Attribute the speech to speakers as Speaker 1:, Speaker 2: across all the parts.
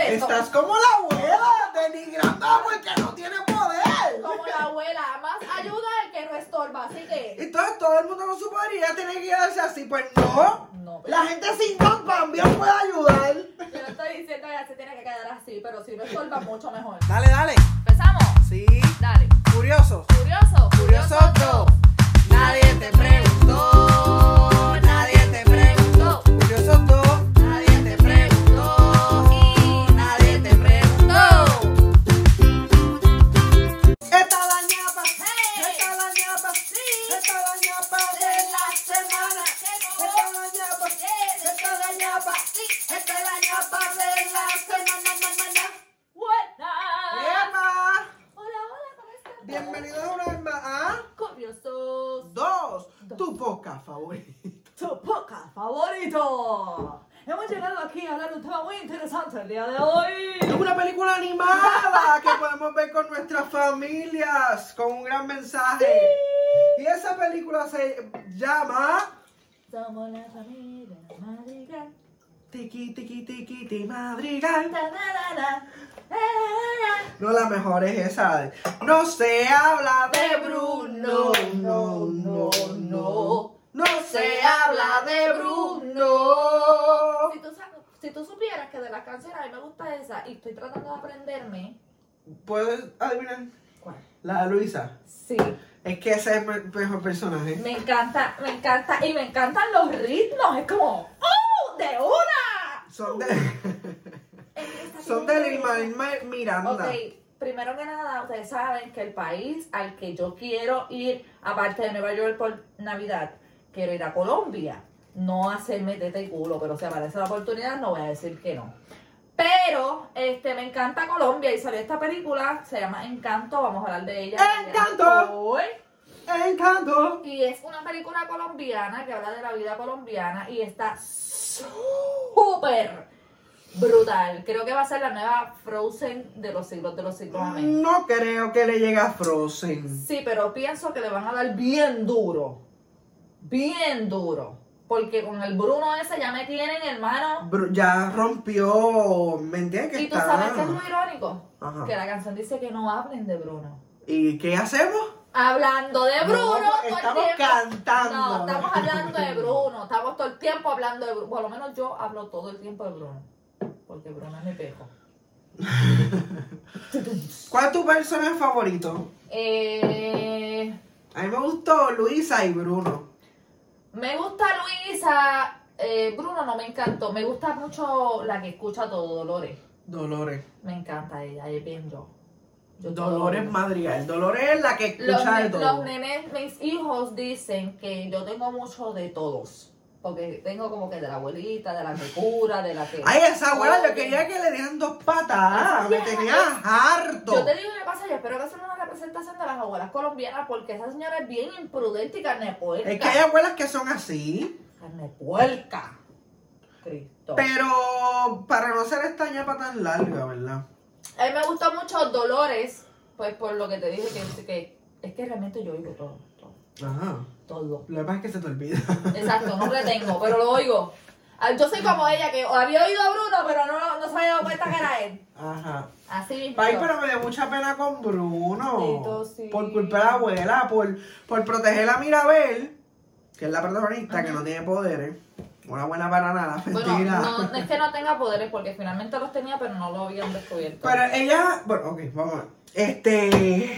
Speaker 1: eso.
Speaker 2: Estás como la abuela, denigrando a el que no tiene poder.
Speaker 1: Como la abuela, más ayuda al que no estorba, así que.
Speaker 2: Entonces todo el mundo con su poder y ya tiene que quedarse así. Pues no.
Speaker 1: No, pero
Speaker 2: La gente sin don también puede ayudar.
Speaker 1: yo no estoy diciendo que se tiene que quedar así, pero si no estorba, mucho mejor.
Speaker 2: Dale, dale.
Speaker 1: Empezamos.
Speaker 2: Sí.
Speaker 1: Dale.
Speaker 2: Curioso.
Speaker 1: Curioso.
Speaker 2: Curioso
Speaker 1: dos.
Speaker 2: dos. Nadie te preguntó. Nadie te preguntó. Curioso dos.
Speaker 1: Nadie te preguntó. Y nadie te preguntó.
Speaker 2: Esta la ñapa.
Speaker 1: Hey.
Speaker 2: Esta la ñapa.
Speaker 1: Sí.
Speaker 2: Esta la ñapa de la semana. Esta la ñapa. Esta la ñapa. Esta la ñapa de la semana. na, na, na.
Speaker 1: Buena.
Speaker 2: ¡Epa!
Speaker 1: Hola, hola, ¿cómo estás?
Speaker 2: Bienvenidos una vez más a
Speaker 1: Curiosos.
Speaker 2: Dos, tu podcast favorito.
Speaker 1: tu podcast favorito. Hemos llegado aquí a hablar de un tema muy interesante el día de hoy.
Speaker 2: Es una película animada que podemos ver con nuestras familias, con un gran mensaje. Y esa película se llama
Speaker 1: Somos la familia Madrigal.
Speaker 2: Tiki Tiki Tiki Ti Madrigal.
Speaker 1: Ta, na, na, na. Eh, eh, eh.
Speaker 2: No, la mejor es esa. de, No se habla de Bruno. No, no, no. No se habla de Bruno.
Speaker 1: Si tú, sa- si tú supieras que de las canciones a mí me gusta esa y estoy tratando de aprenderme.
Speaker 2: ¿Puedes adivinar? La de Luisa.
Speaker 1: Sí,
Speaker 2: Es que ese es el mejor personaje.
Speaker 1: me encanta, me encanta y me encantan los ritmos. Es como ¡Oh! ¡De una!
Speaker 2: Son de,
Speaker 1: Es- esta
Speaker 2: son
Speaker 1: tiene-
Speaker 2: de Ismael Ma- Miranda.
Speaker 1: Ok, primero que nada, ustedes saben que el país al que yo quiero ir, aparte de Nueva York por Navidad, quiero ir a Colombia. No hacerme teta y culo, pero si aparece la oportunidad, no voy a decir que no. Pero este, me encanta Colombia y salió esta película, se llama Encanto, vamos a hablar de ella.
Speaker 2: ¡Encanto!
Speaker 1: Hoy.
Speaker 2: Encanto.
Speaker 1: Y es una película colombiana que habla de la vida colombiana y está súper brutal. Creo que va a ser la nueva Frozen de los siglos de los siglos. Amén.
Speaker 2: No creo que le llegue a Frozen.
Speaker 1: Sí, pero pienso que le van a dar bien duro. Bien duro. Porque con el Bruno ese ya me tienen, hermano.
Speaker 2: Bru- Ya rompió. ¿Me entiendes? Que
Speaker 1: Y tú
Speaker 2: está- Ah.
Speaker 1: sabes que es muy irónico.
Speaker 2: Ajá.
Speaker 1: Que la canción dice que no hablen de Bruno.
Speaker 2: ¿Y qué hacemos?
Speaker 1: Hablando de Bruno.
Speaker 2: No, pues,
Speaker 1: todo el
Speaker 2: estamos
Speaker 1: tiempo.
Speaker 2: cantando.
Speaker 1: No, estamos hablando de Bruno. Estamos todo el tiempo hablando de Bruno. Por lo menos yo hablo todo el tiempo de Bruno. Porque Bruno es mi pejo.
Speaker 2: ¿Cuál es tu personaje favorito?
Speaker 1: Eh.
Speaker 2: A mí me gustó Luisa y Bruno.
Speaker 1: Me gusta Luisa, eh, Bruno no me encantó. Me gusta mucho la que escucha todo, Dolores.
Speaker 2: Dolores.
Speaker 1: Me encanta ella, ella es bien yo. Yo todo
Speaker 2: Dolores
Speaker 1: lo-
Speaker 2: Madrigal. Dolores es la que
Speaker 1: Los,
Speaker 2: escucha
Speaker 1: ne-
Speaker 2: de
Speaker 1: los
Speaker 2: todo.
Speaker 1: nenes, mis hijos dicen que yo tengo mucho de todos. Porque tengo como que de la abuelita, de la que cura, de la que.
Speaker 2: Ay, esa abuela, yo
Speaker 1: Oye.
Speaker 2: quería que le dieran dos patas.
Speaker 1: Esa
Speaker 2: Me
Speaker 1: vieja
Speaker 2: tenía
Speaker 1: es-
Speaker 2: harto.
Speaker 1: Yo te digo una cosa, yo espero que sea una representación de las abuelas colombianas, porque esa señora es bien imprudente y carne puerca.
Speaker 2: Es que hay abuelas que son así,
Speaker 1: Carne puerca. Cristo.
Speaker 2: pero para no ser esta ñapa tan larga, ¿verdad?
Speaker 1: A mí me gustó mucho Dolores, pues por lo que te dije, que, que es que realmente yo oigo todo, todo,
Speaker 2: Ajá.
Speaker 1: todo.
Speaker 2: Lo demás es que se te olvida.
Speaker 1: Exacto, no retengo, pero lo oigo. Ah, Yo soy como ella, que había oído a Bruno, pero no, no se había dado cuenta que era él.
Speaker 2: Ajá.
Speaker 1: Así mismo.
Speaker 2: Ay, pero me dio mucha pena con Bruno.
Speaker 1: Tito, sí.
Speaker 2: Por culpa de la abuela, por, por proteger a Mirabel, que es la protagonista, que no tiene poderes. Una buena para nada,
Speaker 1: Bueno,
Speaker 2: mentira.
Speaker 1: no, no es que no tenga poderes, porque finalmente los tenía, pero no lo habían descubierto.
Speaker 2: Pero ella, bueno, ok, vamos a ver. Este,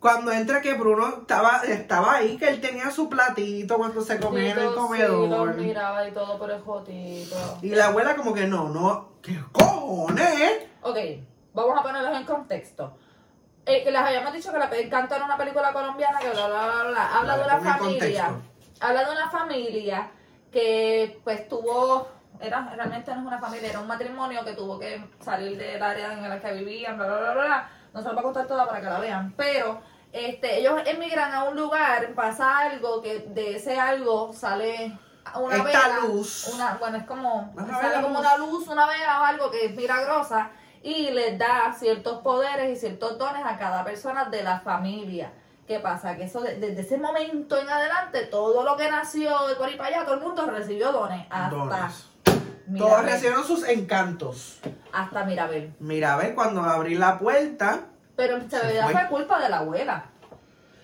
Speaker 2: cuando entra que Bruno estaba, estaba ahí, que él tenía su platito cuando se comía en el
Speaker 1: Tito Sí,
Speaker 2: comedor.
Speaker 1: los miraba y todo, pero es jotito.
Speaker 2: Y la abuela como que no, no, ¿qué cojones?
Speaker 1: Ok, vamos a ponerlos en contexto. Eh, que les habíamos dicho que la pe- Encanto era una película colombiana que bla, bla, bla, bla. Habla de
Speaker 2: Vale,
Speaker 1: una
Speaker 2: ponme en
Speaker 1: familia.
Speaker 2: contexto.
Speaker 1: Habla de una familia que pues tuvo, era, realmente no es una familia, era un matrimonio que tuvo que salir del área en la que vivían, bla, bla, bla, bla, bla. No se los voy a contar toda para que la vean, pero este, ellos emigran a un lugar, pasa algo, que de ese algo sale una
Speaker 2: Esta
Speaker 1: vela,
Speaker 2: luz.
Speaker 1: una bueno, es como,
Speaker 2: Una
Speaker 1: sale
Speaker 2: vela,
Speaker 1: como
Speaker 2: como-
Speaker 1: una luz, una vela o algo que es milagrosa y les da ciertos poderes y ciertos dones a cada persona de la familia. ¿Qué pasa? Que eso de- desde ese momento en adelante, todo lo que nació de por ahí para allá, todo el mundo recibió dones. Hasta
Speaker 2: Dones.
Speaker 1: Mirabel.
Speaker 2: Todos recibieron sus encantos.
Speaker 1: hasta Mirabel.
Speaker 2: Mira, ve cuando abrí la puerta.
Speaker 1: Pero en realidad
Speaker 2: fue.
Speaker 1: fue culpa de la abuela.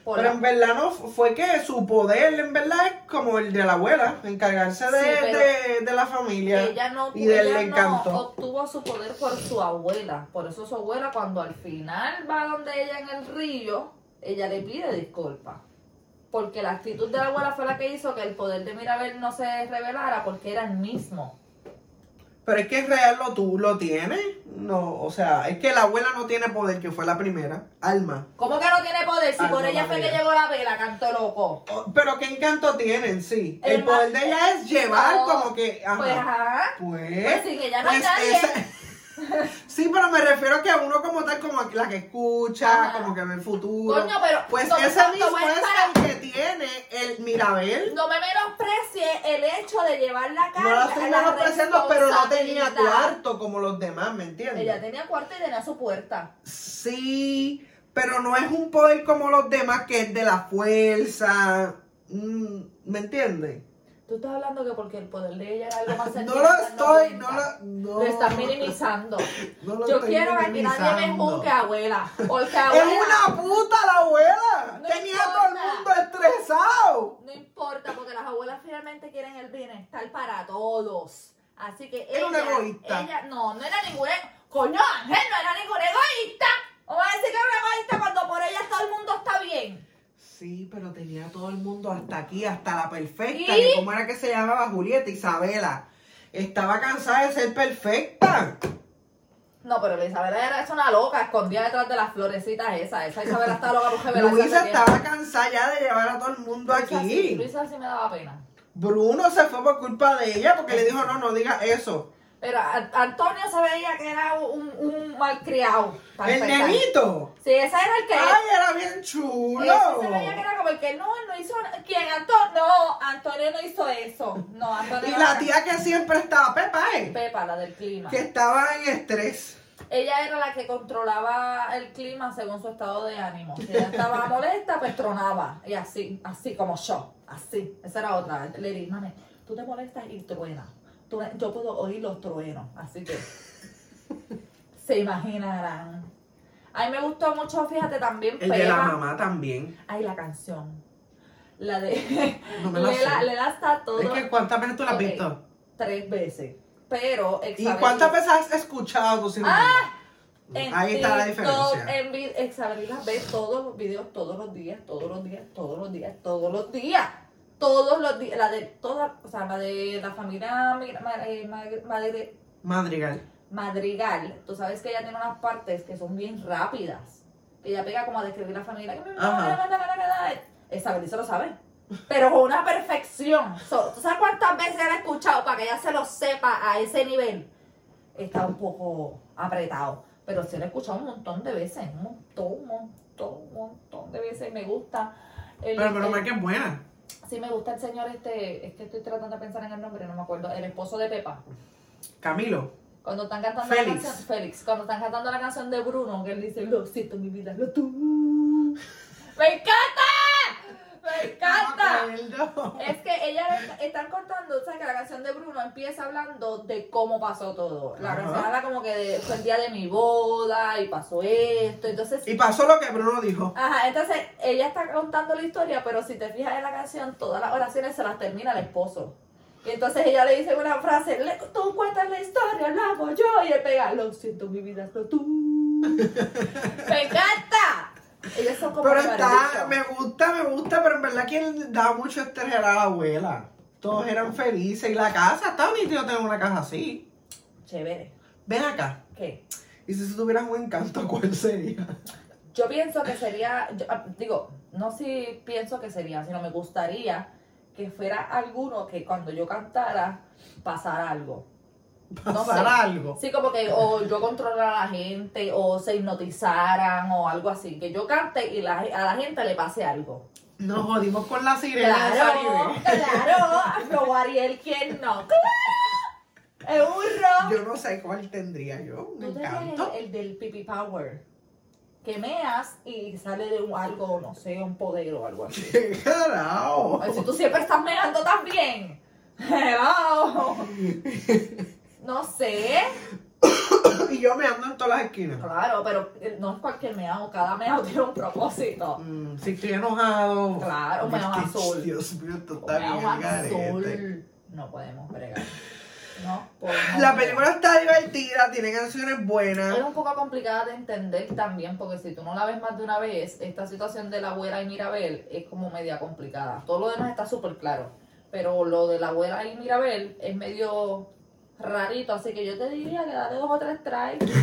Speaker 1: Por
Speaker 2: Pero
Speaker 1: la-
Speaker 2: en verdad no fu- fue que su poder en verdad es como el de la abuela, encargarse de,
Speaker 1: Sí, pero
Speaker 2: de- de la familia
Speaker 1: ella no,
Speaker 2: y del
Speaker 1: ella no
Speaker 2: encanto.
Speaker 1: obtuvo su poder por su abuela. Por eso su abuela cuando al final va donde ella en el río, ella le pide disculpas. Porque la actitud de la abuela fue la que hizo que el poder de Mirabel no se revelara porque era el mismo.
Speaker 2: Pero es que en real lo tú lo tienes, no, o sea, es que la abuela no tiene poder, que fue la primera, alma.
Speaker 1: ¿Cómo que no tiene poder? Si
Speaker 2: Ah,
Speaker 1: por
Speaker 2: no,
Speaker 1: ella
Speaker 2: la
Speaker 1: fue que
Speaker 2: vela.
Speaker 1: llegó la vela, canto loco.
Speaker 2: O- Pero qué encanto tienen, sí. El,
Speaker 1: El
Speaker 2: poder
Speaker 1: ma-
Speaker 2: de ella es llevar
Speaker 1: No,
Speaker 2: como que, ajá.
Speaker 1: Pues ajá.
Speaker 2: Pues,
Speaker 1: Pues sí, que ya no hay
Speaker 2: pues
Speaker 1: nadie.
Speaker 2: ese- sí, pero me refiero que a uno como tal, como a la que escucha,
Speaker 1: Ajá.
Speaker 2: como que ve el futuro.
Speaker 1: Coño, pero
Speaker 2: pues
Speaker 1: no,
Speaker 2: ese
Speaker 1: no,
Speaker 2: mismo
Speaker 1: no,
Speaker 2: es
Speaker 1: para-
Speaker 2: el que tiene el Mirabel.
Speaker 1: No me menosprecie el hecho de llevar la
Speaker 2: No,
Speaker 1: carga.
Speaker 2: la estoy
Speaker 1: la
Speaker 2: menospreciando, pero no tenía
Speaker 1: responsabilidad.
Speaker 2: cuarto como los demás, ¿me entiendes?
Speaker 1: Ella tenía cuarto y tenía su puerta.
Speaker 2: Sí, pero no es un poder como los demás que es de la fuerza. mm, ¿Me entiendes?
Speaker 1: Tú estás hablando que porque el poder de ella era algo más
Speaker 2: No lo
Speaker 1: sentimental,
Speaker 2: estoy,
Speaker 1: cuenta.
Speaker 2: no lo. No,
Speaker 1: Lo estás minimizando.
Speaker 2: no lo
Speaker 1: Yo
Speaker 2: estoy
Speaker 1: quiero que nadie me
Speaker 2: minimizando.
Speaker 1: juzgue, abuela. Porque
Speaker 2: Es
Speaker 1: abuela.
Speaker 2: una puta la abuela.
Speaker 1: No
Speaker 2: Tenía
Speaker 1: importa.
Speaker 2: todo el mundo estresado.
Speaker 1: No importa, porque las abuelas finalmente quieren el bienestar para todos. Así que
Speaker 2: Era
Speaker 1: ella,
Speaker 2: una egoísta.
Speaker 1: ella- no, no era ninguna, coño Ángel, no era ninguna egoísta. O va a decir que era una egoísta cuando por ella todo el mundo está bien.
Speaker 2: Sí, pero tenía todo el mundo hasta aquí, hasta la perfecta.
Speaker 1: ¿Y?
Speaker 2: que ¿Cómo era que se llamaba Julieta Isabela? Estaba cansada de ser perfecta.
Speaker 1: No, pero la Isabela era es una loca, escondida detrás de las florecitas esas. Esa Isabela está loca por revelarse
Speaker 2: Luisa
Speaker 1: hace
Speaker 2: estaba cansada ya de llevar a todo el mundo
Speaker 1: tiempo. Luisa sí,
Speaker 2: aquí.
Speaker 1: Luisa sí me daba pena.
Speaker 2: Bruno se fue por culpa de ella porque le dijo, no, no digas eso.
Speaker 1: Pero a- Antonio se veía que era un, un malcriado. para
Speaker 2: El
Speaker 1: empezar.
Speaker 2: nenito.
Speaker 1: Sí, ese era el que...
Speaker 2: Ay, era bien
Speaker 1: Ese
Speaker 2: chulo.
Speaker 1: se veía que era como el que no, él no hizo na- ¿Quién? Antonio. No, Antonio no hizo eso. No, Antonio.
Speaker 2: Y
Speaker 1: no
Speaker 2: la
Speaker 1: era-
Speaker 2: tía que siempre estaba, Pepa, eh,
Speaker 1: Pepa, la del clima.
Speaker 2: que estaba en estrés.
Speaker 1: Ella era la que controlaba el clima según su estado de ánimo. Si ella estaba molesta, pues tronaba. Y así, así como yo. Así. Esa era otra. Le dije, mami, tú te molestas y truena. Tú- yo puedo oír los truenos. Así que se imaginarán. A mí me gustó mucho, fíjate, también
Speaker 2: El de la
Speaker 1: Pepa.
Speaker 2: mamá también.
Speaker 1: Ay, la canción. La de.
Speaker 2: No me la sé.
Speaker 1: Lela, Lela está todo
Speaker 2: Es que cuántas veces tú la has
Speaker 1: Ok.
Speaker 2: visto.
Speaker 1: tres veces. Pero,
Speaker 2: ¿Y
Speaker 1: Exabel-
Speaker 2: cuántas veces has escuchado tú sin
Speaker 1: ¡Ah!
Speaker 2: entender?
Speaker 1: En
Speaker 2: Ahí está la
Speaker 1: TikTok,
Speaker 2: diferencia.
Speaker 1: Este, En vi- Exabel las ve todos los videos, todos los días, todos los días, todos los días, todos los días. Todos los días. La de toda, o sea, la de la familia Migra- Ma- eh, Mag- Madre-
Speaker 2: Madrigal.
Speaker 1: Madrigal. Tú sabes que ella tiene unas partes que son bien rápidas. Que ella pega como a describir la familia. que mi mamá,
Speaker 2: Ajá.
Speaker 1: la, la, la, la, la. Isabel se lo sabe. Pero con una perfección. So, ¿Tú sabes cuántas veces la he escuchado para que ella se lo sepa a ese nivel? Está un poco apretado. Pero sí la he escuchado un montón de veces. Un montón, un montón, un montón de veces. Me gusta. El-
Speaker 2: Pero pero
Speaker 1: el-
Speaker 2: mal que es buena.
Speaker 1: sí, me gusta el señor este. Es que estoy tratando de pensar en el nombre, no me acuerdo. El esposo de Pepa.
Speaker 2: Camilo.
Speaker 1: Cuando están cantando
Speaker 2: Félix.
Speaker 1: la canción, Félix, cuando están cantando la canción de Bruno, que él dice, lo siento, mi vida, lo tú. ¡Me encanta! ¡Me encanta!
Speaker 2: No,
Speaker 1: Es que ellas están contando, o sea, que la canción de Bruno empieza hablando de cómo pasó todo. La
Speaker 2: Ajá.
Speaker 1: canción habla como que de, fue el día de mi boda y pasó esto, entonces...
Speaker 2: Y pasó lo que Bruno dijo.
Speaker 1: Ajá, entonces ella está contando la historia, pero si te fijas en la canción, todas las oraciones se las termina el esposo. Y entonces ella le dice una frase, le- tú cuentas la historia, la hago yo, y él pega, lo siento, mi vida, no tú. ¡Me encanta! Ellos son como
Speaker 2: Pero
Speaker 1: el
Speaker 2: está,
Speaker 1: maravilloso.
Speaker 2: me gusta, me gusta, pero en verdad quien daba mucho estrés era la abuela. Todos eran felices y la casa, estaba mi tío tener una casa así.
Speaker 1: Chévere.
Speaker 2: Ven acá.
Speaker 1: ¿Qué?
Speaker 2: Y si tú tuvieras un encanto, ¿cuál sería?
Speaker 1: Yo pienso que sería, yo, ah, digo, no si pienso que sería, sino me gustaría que fuera alguno que cuando yo cantara pasara algo.
Speaker 2: Pasar
Speaker 1: sé.
Speaker 2: algo.
Speaker 1: Sí, como que o yo controlara a la gente, o se hipnotizaran, o algo así. Que yo cante y la- a la gente le pase algo.
Speaker 2: Nos jodimos con la sirena de
Speaker 1: Claro,
Speaker 2: Caribe.
Speaker 1: claro. Como Ariel, ¿quién no? ¡Claro! ¡El burro!
Speaker 2: Yo no sé cuál tendría yo. Me
Speaker 1: ¿Tú te crees
Speaker 2: encanta.
Speaker 1: el, el del pipi power? Que meas y sale de un algo, no sé, un poder o algo así.
Speaker 2: ¡Qué carajo!
Speaker 1: Ay, si tú siempre estás meando también. Hello. No sé.
Speaker 2: y yo me ando en todas las esquinas.
Speaker 1: Claro, pero no es cualquier meao, cada meao tiene un propósito.
Speaker 2: Mm, si estoy enojado.
Speaker 1: Claro, un meao
Speaker 2: Dios,
Speaker 1: azul.
Speaker 2: Dios mío, tú
Speaker 1: Un meao
Speaker 2: estás bien
Speaker 1: azul.
Speaker 2: garete.
Speaker 1: No podemos bregar. No podemos
Speaker 2: La
Speaker 1: bregar.
Speaker 2: película está divertida, tiene canciones buenas.
Speaker 1: Es un poco complicada de entender también, porque si tú no la ves más de una vez, esta situación de la abuela y Mirabel es como media complicada. Todo lo demás está súper claro, pero lo de la abuela y Mirabel es medio rarito, así que yo te diría que dale dos o tres tries.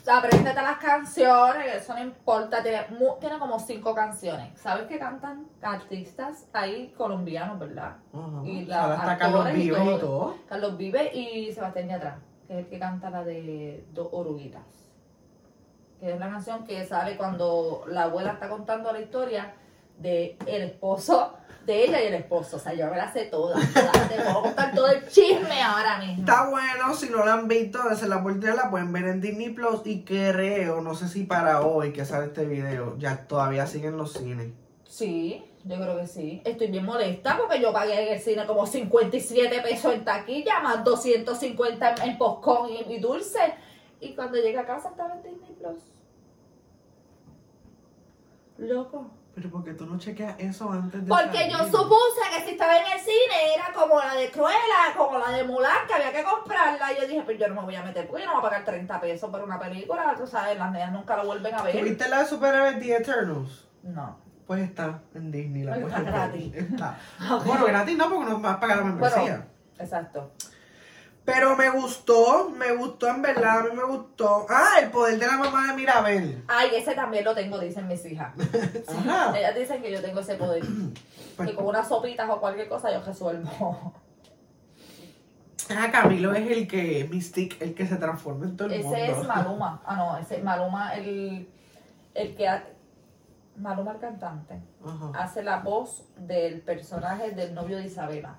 Speaker 1: O sea, Apréndete las canciones, eso no importa. Tiene, mu- tiene como cinco canciones. ¿Sabes que cantan artistas ahí colombianos, verdad?
Speaker 2: Ajá.
Speaker 1: Y la-
Speaker 2: Ahora está Carlos
Speaker 1: actores y
Speaker 2: Vives y
Speaker 1: todo.
Speaker 2: todo.
Speaker 1: Carlos Vive y Sebastián Yatra, que es el que canta la de Dos Oruguitas. Que es la canción que sale cuando la abuela está contando la historia de el esposo, de ella y el esposo. O sea, yo me la sé toda. toda. Te puedo contar todo el chisme ahora mismo.
Speaker 2: Está bueno, si no la han visto, esa es la oportunidad, la pueden ver en Disney Plus y creo, no sé si para hoy que sale este video, ya todavía siguen los cines.
Speaker 1: Sí, yo creo que sí. Estoy bien molesta porque yo pagué en el cine como 57 pesos en taquilla, más 250 en, en popcorn y, y dulce. Y cuando llegué a casa estaba en Disney Plus. Loco.
Speaker 2: Pero porque tú no chequeas eso antes de
Speaker 1: Porque yo
Speaker 2: salir?
Speaker 1: supuse que si estaba en el cine era como la de Cruella, como la de Mulan, que había que comprarla. Y yo dije, pero yo no me voy a meter porque yo no voy a pagar 30 pesos por una película. Tú sabes, las nenas nunca la vuelven a ver.
Speaker 2: ¿Viste la de Superhéroes The Eternals?
Speaker 1: No.
Speaker 2: Pues está en Disney. La
Speaker 1: Ay,
Speaker 2: puedes
Speaker 1: Pues está
Speaker 2: ver.
Speaker 1: gratis.
Speaker 2: Está. Bueno, gratis no, porque no vas a pagar la membresía.
Speaker 1: Bueno, exacto.
Speaker 2: Pero me gustó, me gustó en verdad, a mí me gustó. Ah, el poder de la mamá de Mirabel.
Speaker 1: Ay, ese también lo tengo, dicen mis hijas.
Speaker 2: Ajá.
Speaker 1: Ellas dicen que yo tengo ese poder.
Speaker 2: Pues-
Speaker 1: que con unas sopitas o cualquier cosa yo resuelvo.
Speaker 2: Ah, Camilo es el que, Mystic, el que se transforma en todo el mundo.
Speaker 1: Ese es Maluma. Ah, no, ese es Maluma, el, el que. ha- Maluma, el cantante,
Speaker 2: Ajá.
Speaker 1: hace la voz del personaje del novio de Isabela.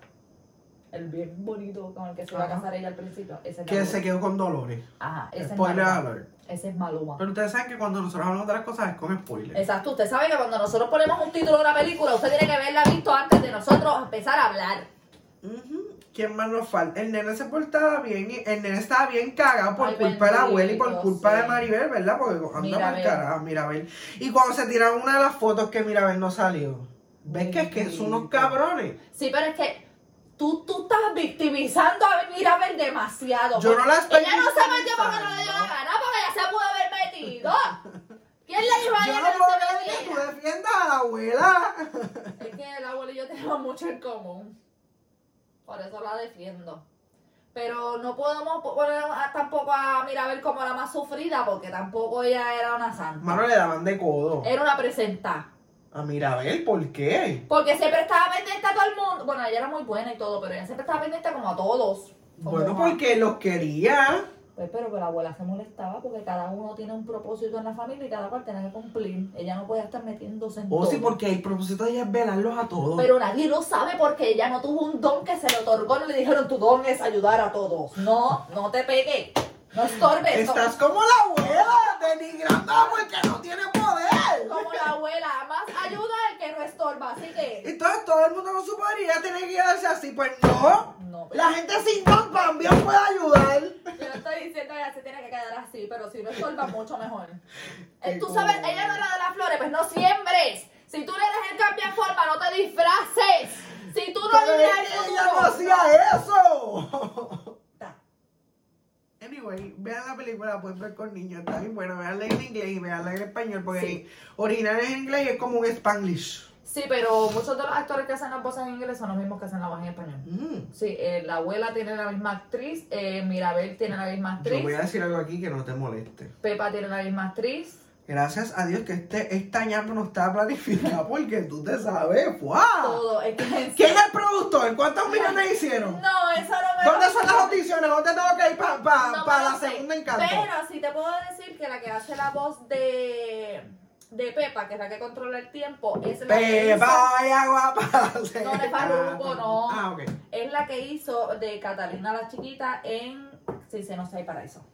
Speaker 1: El bien bonito con el que se va a
Speaker 2: Ajá.
Speaker 1: casar ella al principio. Ese es
Speaker 2: Que
Speaker 1: Maluma.
Speaker 2: se quedó con dolores.
Speaker 1: Ajá, ese es
Speaker 2: Spoiler
Speaker 1: Maluma.
Speaker 2: alert.
Speaker 1: Ese es Maluma.
Speaker 2: Pero ustedes saben que cuando nosotros hablamos de otras cosas es con spoilers.
Speaker 1: Exacto, usted sabe que cuando nosotros ponemos un título de una película, usted tiene que haberla visto antes de nosotros empezar a hablar.
Speaker 2: Ujú. ¿Quién más nos falta? El nene se portaba bien. y- El nene estaba bien cagado por
Speaker 1: Ay,
Speaker 2: culpa de la abuela y por
Speaker 1: bendito,
Speaker 2: culpa de
Speaker 1: sí.
Speaker 2: Maribel, ¿verdad? Porque anda mal
Speaker 1: Mirabel.
Speaker 2: carajo, Mirabel. Y cuando se tiraron una de las fotos que Mirabel no salió. ¿Ves que es que son unos
Speaker 1: Bendito.
Speaker 2: cabrones?
Speaker 1: Sí, pero es que tú, tú estás victimizando a Mirabel demasiado.
Speaker 2: Yo no la estoy
Speaker 1: Ella no se metió porque no le dio la
Speaker 2: victimizando.
Speaker 1: gana, porque ella se pudo haber metido. ¿Quién le dijo a
Speaker 2: Yo
Speaker 1: ella
Speaker 2: no
Speaker 1: que
Speaker 2: puedo
Speaker 1: se
Speaker 2: creer que tú
Speaker 1: metiera?
Speaker 2: defiendas a la abuela.
Speaker 1: Es que el abuelo y yo tenemos mucho en común. Por eso la defiendo. Pero no podemos po- poner a- tampoco a Mirabel como la más sufrida, porque tampoco ella era una santa.
Speaker 2: Mano, le daban de codo. Ah,
Speaker 1: Era una presentada.
Speaker 2: A Mirabel, ¿por qué?
Speaker 1: Porque siempre estaba pendiente a todo el mundo. Bueno, ella era muy buena y todo, pero ella siempre estaba pendiente como a todos. Como
Speaker 2: Bueno, pues,
Speaker 1: a-
Speaker 2: porque los quería.
Speaker 1: Pues, pero que la abuela se molestaba porque cada uno tiene un propósito en la familia y cada cual tiene que cumplir. Ella no puede estar metiéndose en
Speaker 2: O
Speaker 1: todo.
Speaker 2: Oh, sí, porque el propósito de ella es velarlos a todos.
Speaker 1: Pero nadie lo sabe porque ella no tuvo un don que se le otorgó. No le dijeron, tu don es ayudar a todos. No, no te pegues. No estorbes.
Speaker 2: Estás como la abuela, denigrando a la mujer que no tiene poder.
Speaker 1: Como la abuela, más ayuda al que no estorba. Así que...
Speaker 2: Entonces todo el mundo con su poder ya tiene que quedarse así. Pues no.
Speaker 1: No, pero-
Speaker 2: La gente sin don también puede ayudar.
Speaker 1: Yo no estoy diciendo que ella se tiene que quedar así, pero si no estorba, mucho mejor.
Speaker 2: Qué
Speaker 1: Eh, Tú sabes,
Speaker 2: cool.
Speaker 1: ella no era de las flores, pues no siembres. Si tú le eres el cambia forma, no te disfraces. Si tú no
Speaker 2: Pero
Speaker 1: vives
Speaker 2: ella,
Speaker 1: al futuro.
Speaker 2: ella no hacía eso.
Speaker 1: Ta.
Speaker 2: Anyway, vean la película, la pueden ver con niños, está bien buena. Veanla en inglés y veanla en español, porque
Speaker 1: Sí.
Speaker 2: original en inglés y es como un spanglish.
Speaker 1: Sí, pero muchos de los actores que hacen las voces en inglés son los mismos que hacen la voz en español.
Speaker 2: Mm.
Speaker 1: Sí, eh, la abuela tiene la misma actriz, eh, Mirabel tiene la misma
Speaker 2: Yo voy
Speaker 1: actriz,
Speaker 2: a decir algo aquí que no te moleste.
Speaker 1: Pepa tiene la misma actriz.
Speaker 2: Gracias a Dios que este, esta ñapa no está planificada porque tú te sabes. ¡Wow!
Speaker 1: Todo. Es que en
Speaker 2: ¿Quién es el productor? ¿Cuántos millones hicieron?
Speaker 1: No, eso no me
Speaker 2: ¿Dónde son las audiciones? ¿Dónde tengo que ir para
Speaker 1: No
Speaker 2: la
Speaker 1: me lo sé.
Speaker 2: segunda encanto?
Speaker 1: Pero sí te puedo decir que la que hace la voz de, de Pepa, que es la que controla el tiempo, es la, que hizo,
Speaker 2: Pepa y agua para la
Speaker 1: No, de Farruko, no.
Speaker 2: Ah, ok.
Speaker 1: es la que hizo de Catalina la Chiquita en Si se nos hay paraíso.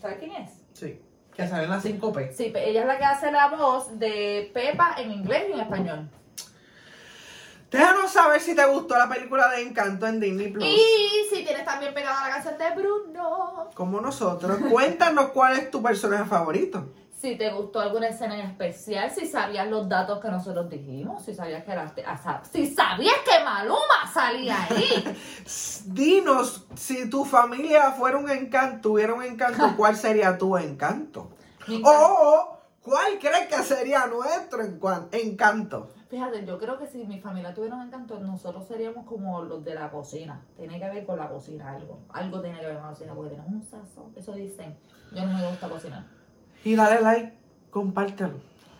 Speaker 1: ¿Sabes quién es?
Speaker 2: Sí. Que salen las 5P.
Speaker 1: Sí, pe- ella es la que hace la voz de Pepa en inglés y en español.
Speaker 2: Déjanos saber si te gustó la película de Encanto en Disney Plus.
Speaker 3: Y si tienes también pegada la canción de Bruno.
Speaker 2: Como nosotros, cuéntanos cuál es tu personaje favorito.
Speaker 1: Si te gustó alguna escena en especial, si sabías los datos que nosotros dijimos, si sabías que era- a- sa- si sabías que Maluma salía ahí.
Speaker 2: S- Dinos, si tu familia fuera un encanto, tuviera un encanto, ¿cuál sería tu encanto?
Speaker 1: Mi encanto.
Speaker 2: Oh. O, ¿cuál crees que sería nuestro encuan- encanto?
Speaker 1: Fíjate, yo creo que si mi familia tuviera un encanto, nosotros seríamos como los de la cocina. Tiene que ver con la cocina algo. Algo tiene que ver con la cocina porque tenemos un sazón. Eso dicen. Yo no me gusta cocinar.
Speaker 2: Y dale like, compártelo.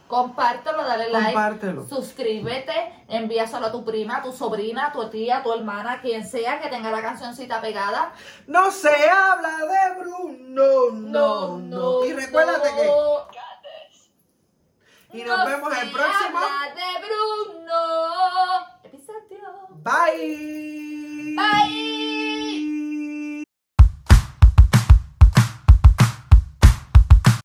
Speaker 1: Compártelo, dale like.
Speaker 2: Compártelo.
Speaker 1: Suscríbete, envíaselo a tu prima, a tu sobrina, a tu tía, a tu hermana, a quien sea que tenga la cancioncita pegada.
Speaker 2: No se habla de Bruno,
Speaker 1: No, no.
Speaker 2: no, no. Y recuérdate
Speaker 1: no.
Speaker 2: que... Y nos vemos
Speaker 1: se
Speaker 2: el próximo.
Speaker 1: habla de Bruno. Episodio.
Speaker 2: Bye.